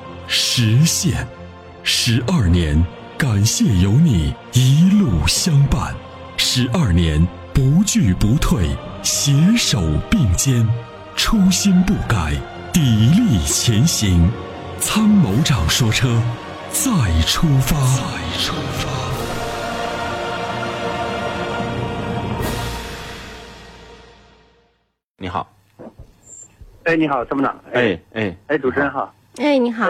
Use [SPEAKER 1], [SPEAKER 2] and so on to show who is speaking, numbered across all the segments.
[SPEAKER 1] 实现，十二年，感谢有你一路相伴，十二年不惧不退，携手并肩，初心不改，砥砺前行。”参谋长说：“车，再出发。”再出发。
[SPEAKER 2] 你好，
[SPEAKER 3] 哎，你好，参谋长。
[SPEAKER 2] 哎哎
[SPEAKER 3] 哎，主持人好。
[SPEAKER 4] 哎，你好，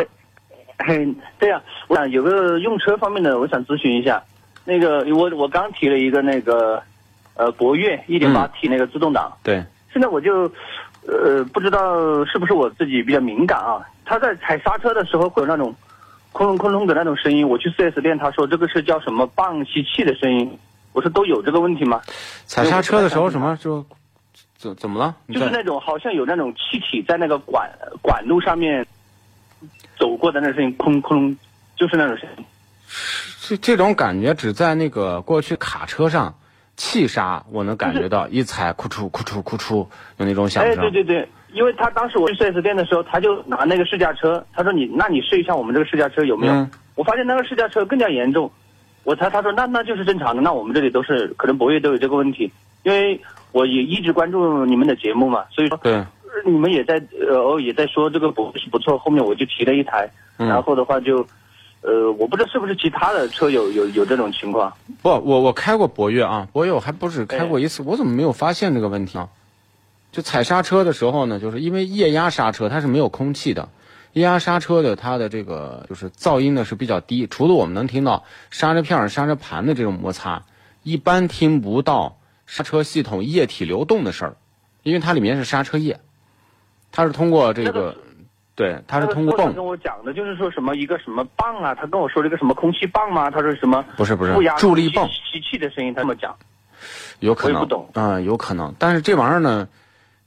[SPEAKER 3] 哎，这样，我想有个用车方面的，我想咨询一下。那个，我我刚提了一个那个，呃，博越一点八 T 那个自动挡，
[SPEAKER 2] 对，
[SPEAKER 3] 现在我就，呃，不知道是不是我自己比较敏感啊？它在踩刹车的时候会有那种，空隆空隆的那种声音。我去 4S 店，他说这个是叫什么棒吸气的声音。我说都有这个问题吗？
[SPEAKER 2] 踩刹车的时候什
[SPEAKER 3] 哎
[SPEAKER 2] 么就怎怎么了？你
[SPEAKER 3] 就是
[SPEAKER 2] 在
[SPEAKER 3] 那种好像有那种气体在那个管管路上面走过的那声音，空空，就是那种声音。
[SPEAKER 2] 这这种感觉只在那个过去卡车上气刹，我能感觉到一踩库出库出库出有那种响
[SPEAKER 3] 哎，
[SPEAKER 2] 声。
[SPEAKER 3] 对对对，因为他当时我去 4S 店的时候，他就拿那个试驾车，他说你那你试一下我们这个试驾车有没有？
[SPEAKER 2] 嗯
[SPEAKER 3] 我发现那个试驾车更加严重，我才他说那那就是正常的，那我们这里都是可能博越都有这个问题，因为我也一直关注你们的节目嘛，所以说
[SPEAKER 2] 对
[SPEAKER 3] 呃你们也在呃哦也在说这个不是不错，后面我就提了一台，
[SPEAKER 2] 嗯
[SPEAKER 3] 然后的话就，呃，我不知道是不是其他的车友有有这种情况，
[SPEAKER 2] 不，我我开过博越啊，博越我还不止开过一次，我怎么没有发现这个问题呢？就踩刹车的时候呢，就是因为液压刹车它是没有空气的，液压刹车的它的这个就是噪音呢是比较低，除了我们能听到刹车片儿、刹车盘的这种摩擦，一般听不到刹车系统液体流动的事儿，因为它里面是刹车液，它是通过这
[SPEAKER 3] 那个
[SPEAKER 2] 个，对，它是通过
[SPEAKER 3] 他
[SPEAKER 2] 泵
[SPEAKER 3] 跟，我讲的就是说什么一个什么棒啊，他跟我说了一个什么空气棒嘛，他说什么
[SPEAKER 2] 不是不是
[SPEAKER 3] 负压
[SPEAKER 2] 助力泵
[SPEAKER 3] 吸吸气的声音，他这么讲。
[SPEAKER 2] 有可
[SPEAKER 3] 我
[SPEAKER 2] 能，
[SPEAKER 3] 也不懂
[SPEAKER 2] 嗯、有可能。但是这玩意儿呢，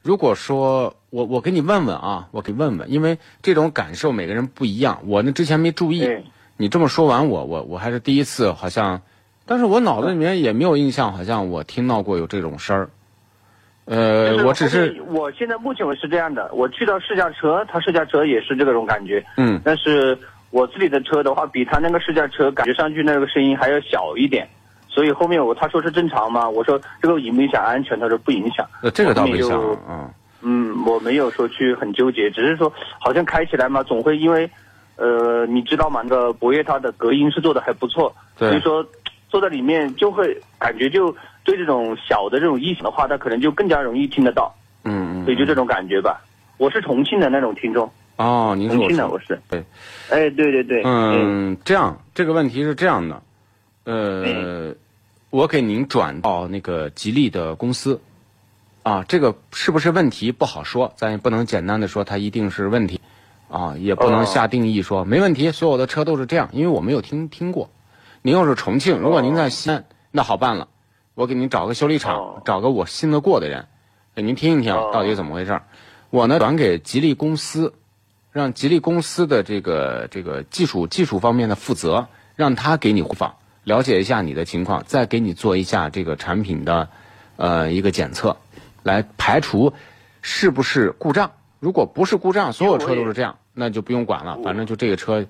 [SPEAKER 2] 如果说我我给你问问啊，我给你问问，因为这种感受每个人不一样。我呢之前没注意，
[SPEAKER 3] 对
[SPEAKER 2] 你这么说完我我我还是第一次，好像，但是我脑子里面也没有印象，好像我听到过有这种声儿。
[SPEAKER 3] 就
[SPEAKER 2] 呃，我只
[SPEAKER 3] 后
[SPEAKER 2] 是
[SPEAKER 3] 面我现在目前为止是这样的，我去到试驾车，他试驾车也是这种感觉，
[SPEAKER 2] 嗯
[SPEAKER 3] 但是我自己的车的话，比他那个试驾车感觉上去那个声音还要小一点，所以后面我他说是正常吗？我说这个影不影响安全？他说不影响。
[SPEAKER 2] 呃，这个倒
[SPEAKER 3] 我
[SPEAKER 2] 没
[SPEAKER 3] 后面
[SPEAKER 2] 想
[SPEAKER 3] 就
[SPEAKER 2] 啊嗯，
[SPEAKER 3] 嗯，我没有说去很纠结，只是说好像开起来嘛，总会因为，呃，你知道嘛，那个博越它的隔音是做的还不错，
[SPEAKER 2] 对
[SPEAKER 3] 所以说坐在里面就会感觉就对这种小的这种异响的话，它可能就更加容易听得到，
[SPEAKER 2] 嗯
[SPEAKER 3] 所
[SPEAKER 2] 嗯。
[SPEAKER 3] 以就这种感觉吧。我是重庆的那种听众，
[SPEAKER 2] 哦，您是
[SPEAKER 3] 重
[SPEAKER 2] 我
[SPEAKER 3] 庆的
[SPEAKER 2] 说
[SPEAKER 3] 我是，
[SPEAKER 2] 对，
[SPEAKER 3] 哎，对对对，
[SPEAKER 2] 嗯，这样这个问题是这样的，
[SPEAKER 3] 嗯
[SPEAKER 2] 呃，我给您转到那个吉利的公司，啊，这个是不是问题不好说，咱也不能简单的说它一定是问题，啊，也不能
[SPEAKER 3] 哦
[SPEAKER 2] 下定义说、没问题，所有的车都是这样，因为我没有听听过。您要是重庆，如果您在西安，那好办了，我给您找个修理厂，
[SPEAKER 3] 哦
[SPEAKER 2] 找个我信得过的人，给您听一听
[SPEAKER 3] 哦
[SPEAKER 2] 到底怎么回事儿。我呢转给吉利公司，让吉利公司的这个这个技术技术方面的负责，让他给你回访，了解一下你的情况，再给你做一下这个产品的呃一个检测，来排除是不是故障。如果不是故障，所有车都是这样，那就不用管了。反正就这个车，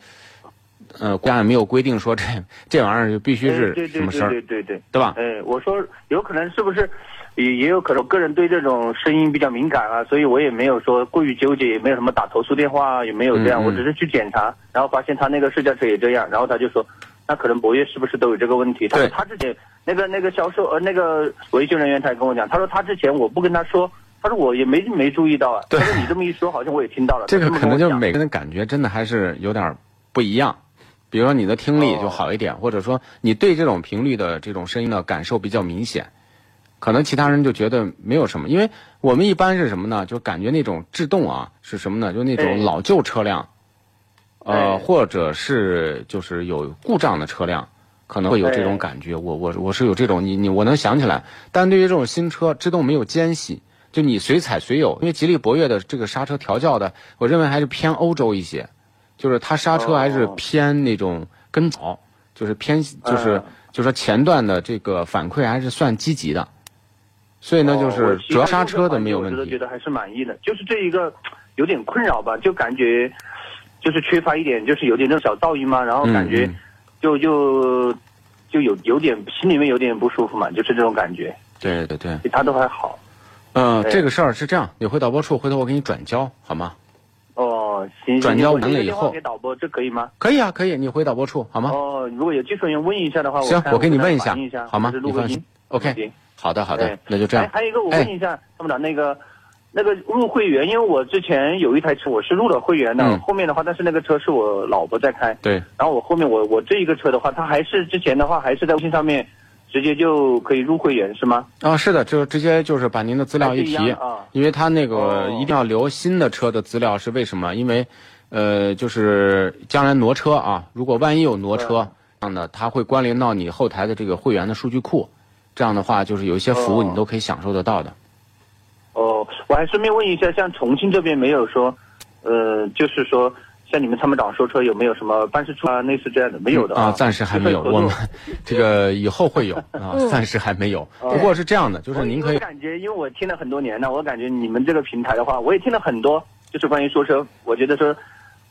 [SPEAKER 2] 呃，国家也没有规定说这这玩意儿就必须
[SPEAKER 3] 哎，
[SPEAKER 2] 是
[SPEAKER 3] 对
[SPEAKER 2] 什
[SPEAKER 3] 对
[SPEAKER 2] 么
[SPEAKER 3] 对
[SPEAKER 2] 声儿
[SPEAKER 3] 对，对对。
[SPEAKER 2] 对吧？
[SPEAKER 3] 哎，我说有可能是不是，也也有可能我个人对这种声音比较敏感啊，所以我也没有说过于纠结，也没有什么打投诉电话啊，也没有这
[SPEAKER 2] 嗯
[SPEAKER 3] 样，
[SPEAKER 2] 嗯
[SPEAKER 3] 我只是去检查，然后发现他那个试驾车也这样，然后他就说，那可能博越是不是都有这个问题？他说
[SPEAKER 2] 对
[SPEAKER 3] 他之前那个那个销售呃那个维修人员他也跟我讲，他说他之前我不跟他说，他说我也没没注意到啊，
[SPEAKER 2] 对
[SPEAKER 3] 他说你这么一说，好像我也听到了，
[SPEAKER 2] 这个
[SPEAKER 3] 他
[SPEAKER 2] 可
[SPEAKER 3] 么
[SPEAKER 2] 能
[SPEAKER 3] 跟我
[SPEAKER 2] 就是
[SPEAKER 3] 讲
[SPEAKER 2] 每个人的感觉真的还是有点不一样。比如说你的听力
[SPEAKER 3] 哦
[SPEAKER 2] 就好一点，或者说你对这种频率的这种声音的感受比较明显，可能其他人就觉得没有什么。因为我们一般是什么呢？就感觉那种制动啊是什么呢？就那
[SPEAKER 3] 哎
[SPEAKER 2] 种老旧车辆，呃，
[SPEAKER 3] 哎
[SPEAKER 2] 或者是就是有故障的车辆，可能会有这种
[SPEAKER 3] 对
[SPEAKER 2] 感觉。我我我是有这种，你你我能想起来。但对于这种新车，制动没有间隙，就你随踩随有。因为吉利博越的这个刹车调教的，我认为还是偏欧洲一些，就是它刹车还是
[SPEAKER 3] 哦
[SPEAKER 2] 偏那种跟草，就是偏就是、
[SPEAKER 3] 嗯
[SPEAKER 2] 就说前段的这个反馈还是算积极的。所以呢，就
[SPEAKER 3] 哦我
[SPEAKER 2] 是
[SPEAKER 3] 其
[SPEAKER 2] 主要
[SPEAKER 3] 他
[SPEAKER 2] 刹
[SPEAKER 3] 部分
[SPEAKER 2] 车的
[SPEAKER 3] 环
[SPEAKER 2] 没
[SPEAKER 3] 节
[SPEAKER 2] 有
[SPEAKER 3] 我
[SPEAKER 2] 问
[SPEAKER 3] 觉得
[SPEAKER 2] 题
[SPEAKER 3] 觉。得还是满意的，就是这一个有点困扰吧，就感觉就是缺乏一点，就是有点那种小噪音嘛，然后
[SPEAKER 2] 嗯
[SPEAKER 3] 感觉
[SPEAKER 2] 嗯
[SPEAKER 3] 就、就就有有点心里面有点不舒服嘛，就是这种感觉，
[SPEAKER 2] 对对对，
[SPEAKER 3] 其他都还好。
[SPEAKER 2] 嗯、
[SPEAKER 3] 对
[SPEAKER 2] 这个事儿是这样，你回导播处，回头我给你转交好吗？
[SPEAKER 3] 哦，行，行
[SPEAKER 2] 转交
[SPEAKER 3] 行我
[SPEAKER 2] 完
[SPEAKER 3] 这
[SPEAKER 2] 了
[SPEAKER 3] 个
[SPEAKER 2] 以
[SPEAKER 3] 电话
[SPEAKER 2] 后
[SPEAKER 3] 给导播，这可以吗？
[SPEAKER 2] 可以啊，可以，你回导播处好吗？
[SPEAKER 3] 哦，如果有技术人员问一下的话，
[SPEAKER 2] 行
[SPEAKER 3] 看，
[SPEAKER 2] 我给你
[SPEAKER 3] 能
[SPEAKER 2] 问一
[SPEAKER 3] 反
[SPEAKER 2] 下
[SPEAKER 3] 映一下，
[SPEAKER 2] 好吗
[SPEAKER 3] 或者？是
[SPEAKER 2] 你
[SPEAKER 3] 录个
[SPEAKER 2] 放
[SPEAKER 3] 音
[SPEAKER 2] 心。，OK，
[SPEAKER 3] 行
[SPEAKER 2] 好的好的
[SPEAKER 3] 哎，
[SPEAKER 2] 那就这样
[SPEAKER 3] 哎，。还有一个，我
[SPEAKER 2] 哎
[SPEAKER 3] 问一下参谋长，那个那个入会员，因为我之前有一台车，我是入了会员的，
[SPEAKER 2] 嗯
[SPEAKER 3] 后面的话，但是那个车是我老婆在开，
[SPEAKER 2] 对，
[SPEAKER 3] 然后我后面我我这一个车的话，它还是之前的话还是在微信上面直接就可以入会员是吗？
[SPEAKER 2] 啊，是的，就直接就是把您的资料
[SPEAKER 3] 还
[SPEAKER 2] 一
[SPEAKER 3] 是一
[SPEAKER 2] 提
[SPEAKER 3] 样啊，
[SPEAKER 2] 因为他那个
[SPEAKER 3] 哦
[SPEAKER 2] 一定要留新的车的资料，是为什么？因为，呃，就是将来挪车啊，如果万一有挪车
[SPEAKER 3] 对
[SPEAKER 2] 这样的，它会关联到你后台的这个会员的数据库，这样的话就是有一些服务
[SPEAKER 3] 哦
[SPEAKER 2] 你都可以享受得到的。
[SPEAKER 3] 哦，我还顺便问一下，像重庆这边没有说，呃，就是说像你们参谋长说车有没有什么办事处啊，类似这样的没有的
[SPEAKER 2] 啊，暂时还没有，
[SPEAKER 3] 就可以
[SPEAKER 2] 我
[SPEAKER 3] 合作哦
[SPEAKER 2] 们 这个以后会有啊，暂时还没有。不过是这样的，就是哦您
[SPEAKER 3] 因
[SPEAKER 2] 可
[SPEAKER 3] 为
[SPEAKER 2] 以
[SPEAKER 3] 我感觉，因为我听了很多年了，我感觉你们这个平台的话，我也听了很多，就是关于说车，我觉得说，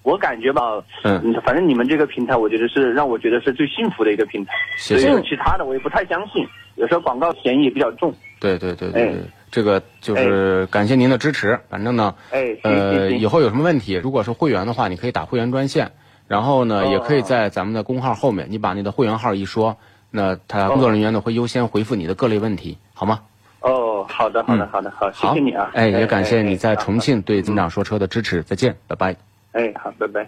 [SPEAKER 3] 我感觉吧，
[SPEAKER 2] 嗯，
[SPEAKER 3] 反正你们这个平台，我觉得是让我觉得是最幸福的一个平台。
[SPEAKER 2] 谢谢
[SPEAKER 3] 所以说其他的我也不太相信，有时候广告嫌疑也比较重。
[SPEAKER 2] 对对对对，
[SPEAKER 3] 哎
[SPEAKER 2] 对，这个就是感谢您的支持。反正呢，
[SPEAKER 3] 哎，行
[SPEAKER 2] 呃，
[SPEAKER 3] 行
[SPEAKER 2] 以
[SPEAKER 3] 行，
[SPEAKER 2] 后有什么问题，如果是会员的话，你可以打会员专线，然后呢，
[SPEAKER 3] 哦
[SPEAKER 2] 也可以在咱们的公号后面，你把你的会员号一说，那他工作人员呢会优先回复你的各类问题，好吗？
[SPEAKER 3] 哦，好的，好的，好的，好，谢
[SPEAKER 2] 嗯好，
[SPEAKER 3] 谢你啊，
[SPEAKER 2] 哎，也感谢你在重，
[SPEAKER 3] 哎
[SPEAKER 2] 庆对增长说车的支持，再见，拜拜。
[SPEAKER 3] 哎，好，拜拜。